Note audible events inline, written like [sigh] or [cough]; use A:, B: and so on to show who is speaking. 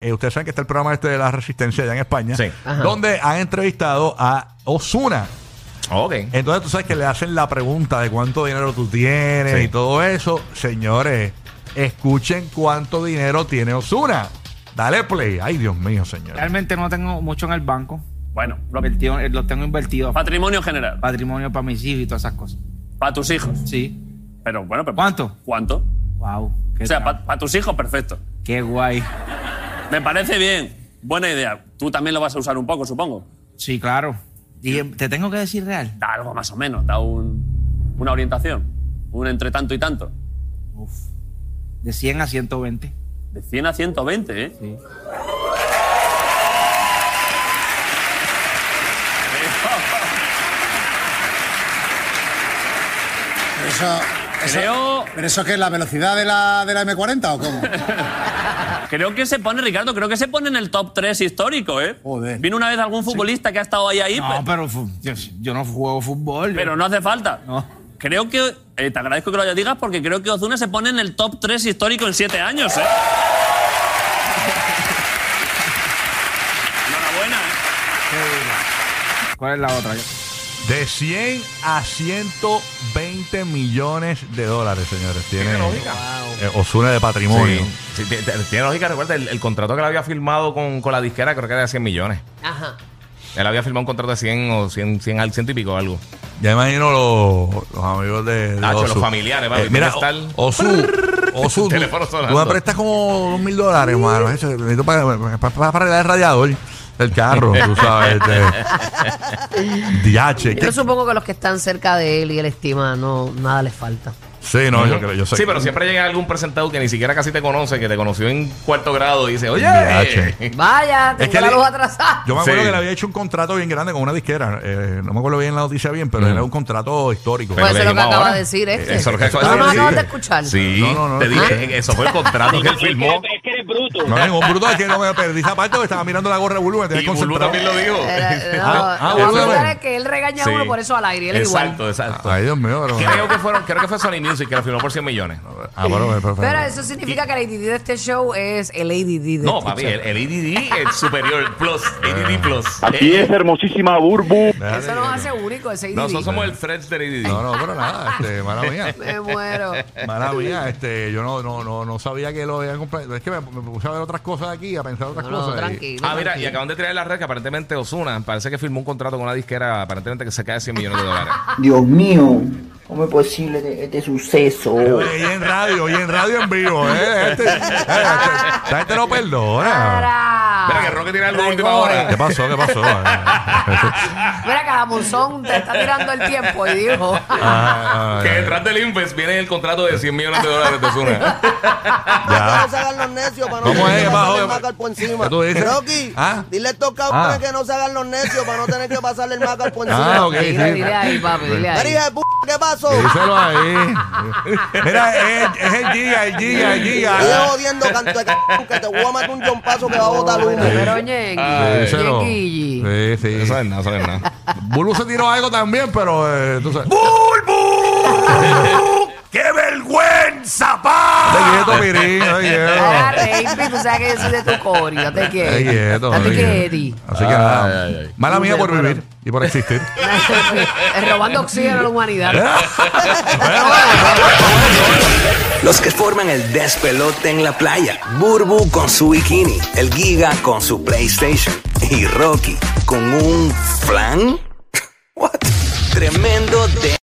A: Eh, ustedes saben que está el programa este de la resistencia allá en España,
B: Sí.
C: Ajá.
A: donde han entrevistado a Osuna.
B: Ok.
A: Entonces tú sabes que le hacen la pregunta de cuánto dinero tú tienes
B: Sí.
A: y todo eso. Señores, escuchen cuánto dinero tiene Osuna. Dale play. Ay, Dios mío, señor.
D: Realmente no tengo mucho en el banco.
E: Bueno, lo-
D: Invertido- eh, los tengo invertidos.
E: patrimonio general,
D: Patrimonio para mis hijos y todas esas cosas.
E: para tus hijos.
D: Sí.
E: Pero bueno, pero-
D: ¿Cuánto?
E: ¿Cuánto?
D: Wow. Qué,
E: O sea,
D: tra-
E: para tus hijos, perfecto.
D: qué guay.
E: Me parece bien, buena idea. Tú también lo vas a usar un poco, supongo.
D: Sí, claro. Y, eh, te tengo que decir real.
E: Da algo más o menos, da un- una orientación, un entre tanto y tanto.
D: Uf. De 100 a 120.
E: De 100 a 120, ¿eh?
D: Sí.
F: Pero eso, eso-
E: Creo,
F: ¿Pero eso qué es la velocidad de la, de la M40 o cómo?
E: [laughs] creo que se pone, Ricardo, creo que se pone en el top 3 histórico, ¿eh?
F: Joder.
E: Vino una vez algún futbolista que ha estado ahí, pues, ahí,
D: No,
E: pero,
D: pero fu- yo, yo no juego fútbol. yo-
E: pero no hace falta.
D: No.
E: Creo que, eh, te agradezco que lo hayas digas porque creo que Ozuna se pone en el top 3 histórico en 7 años, ¿eh? Enhorabuena, ¿eh?
D: ¿Cuál es la otra?
A: De 100 a 120 millones de dólares, señores. Tiene eh,
B: lógica.
A: Osuna de patrimonio.
B: Sí, sí, t- t- tiene lógica, recuerda, el, el contrato que él había firmado con, con la disquera creo que era de 100 millones.
C: Ajá.
B: Él había firmado un contrato de 100 o 100, 100 al ciento y pico algo.
A: Ya imagino los, los amigos de, de
B: Nacho, los
A: Ozu.
B: familiares, papi,
A: mira,
B: tiene que
A: O-
B: estar- [laughs]
A: Ozu, Ozu, tú,
B: Teléfono sonando.
A: tú me prestas como dos mil dólares, hermano. Eso, necesito para, para, para arreglar el radiador del
B: [laughs]
A: carro, tú sabes. este. DH.
C: Yo
A: ¿qué?
C: supongo que los que están cerca de él y él estima, no, nada les falta.
A: Sí, no, yo creo, yo sé.
B: Sí, pero siempre llega algún presentado que ni siquiera casi te conoce, que te conoció en cuarto grado y dice, oye,
C: Pues
A: VH.
C: Vaya, tengo la
A: le-
C: luz atrasada.
A: Yo me acuerdo
B: Sí.
A: que le había hecho un contrato bien grande con una disquera. eh, no me acuerdo bien la noticia bien, pero era un contrato histórico.
B: Mm. Pero
C: Pues eso
B: le
C: es lo que
B: dijimos
C: acaba
B: ahora.
C: de decir este.
B: Eso es lo que acaba
C: no,
B: de
C: no,
B: decir.
C: acabas de escuchar.
B: Sí,
A: No, no, no,
B: te
A: no.
B: dije, eso fue el contrato que él firmó.
C: Pues-
A: No, ningún bruto, es que no me perdí esa parte porque estaba mirando la gorra de Bulú, me tenía
B: Y Bulú
A: concentrado.
B: también lo dijo.
C: [laughs] Era- no,
A: Ah,
C: lo
A: ah,
C: más
A: bueno.
C: brutal es que él regaña a uno
B: Sí.
C: por eso al aire y él igual.
B: Exacto, exacto.
A: Ay, Dios mío, pero...
B: Creo que, fueron, creo que fue Sony Music que lo firmó por 100 millones.
A: Ah, bueno, pero-
C: Pero eso significa que el ADD de este show es el ADD de
B: No,
C: este
B: papi,
C: show.
B: el, el ADD es superior, plus, ADD plus. Eh,
G: Aquí es hermosísima Burbu.
A: Déjate
C: Eso
A: que-
C: nos hace único, ese ADD.
B: Nosotros somos el thread del E ADD.
A: No, no, pero nada,
C: [laughs]
A: este, mala mía.
C: Me muero.
A: Mala mía, este, yo no, no, no, no sabía que lo había comprado. Es que me, me puse a ver otras cosas aquí, a pensar otras
C: No,
A: cosas.
C: no,
A: y-
C: tranquilo.
B: Ah, mira, y
C: tranquilo.
B: acaban de tirar en la red que aparentemente Osuna parece que firmó un contrato con una disquera, aparentemente que se cae 100 millones de dólares.
H: Dios mío, ¿cómo es posible este, este suceso?
A: Oye, y en radio, y en radio en vivo, ¿eh? Este, eh, este- esta gente no perdona.
C: Para.
B: Mira que Roque tiene algo de última
C: Rigores.
B: hora.
A: ¿Qué pasó? ¿Qué
C: [laughs]
A: pasó?
C: Mira que la monzón te está tirando el tiempo y dijo.
A: Ah,
B: Que detrás del Inves viene el contrato de 100 millones de dólares
A: [laughs]
B: de Osuna.
A: ya.
I: no se hagan los necios para no
A: ¿Cómo
I: tener
A: es?
I: que
A: Bajo-
I: pasarle el macar por encima.
A: ¿Qué tú dices?
I: Rocky,
A: Ah.
I: dile a estos
A: Ah.
I: cabrones que no se hagan los necios para no tener que pasarle el macar por encima.
A: Ah, ok. sí.
C: Dile, dile ahí, papi, dile ahí.
I: María de p***, ¿qué pasó?
A: Díselo ahí. Mira, es, es el giga, el giga, el
I: Sigue
A: giga.
I: jodiendo, canto de c***, que te voy a matar un chompazo que va a botar
C: Pero,
I: uno.
C: [laughs] pero, Ñengui,
B: Ay.
A: Díselo.
C: Ñengui.
A: Sí, sí.
B: Eso es nada, eso no es nada.
A: Bulu se tiró algo también, pero eh, tú sabes. [laughs] ¡Qué vergüenza, pa! Te quieto, Pirín, te
C: Ah,
A: quieto.
C: Rafi, tú sabes que yo soy de tu cori, no te quiero.
A: Te quieto.
C: No te
A: te
C: quiero.
A: quieto. Así que nada.
B: Ay, ay, ay.
A: Mala mía por vivir y por existir.
C: [laughs] Robando oxígeno a la humanidad. [laughs]
J: Los que forman el despelote en la playa. Burbu con su bikini. El Giga con su PlayStation. [laughs] Y Rocky con un flan. What? Tremendo de.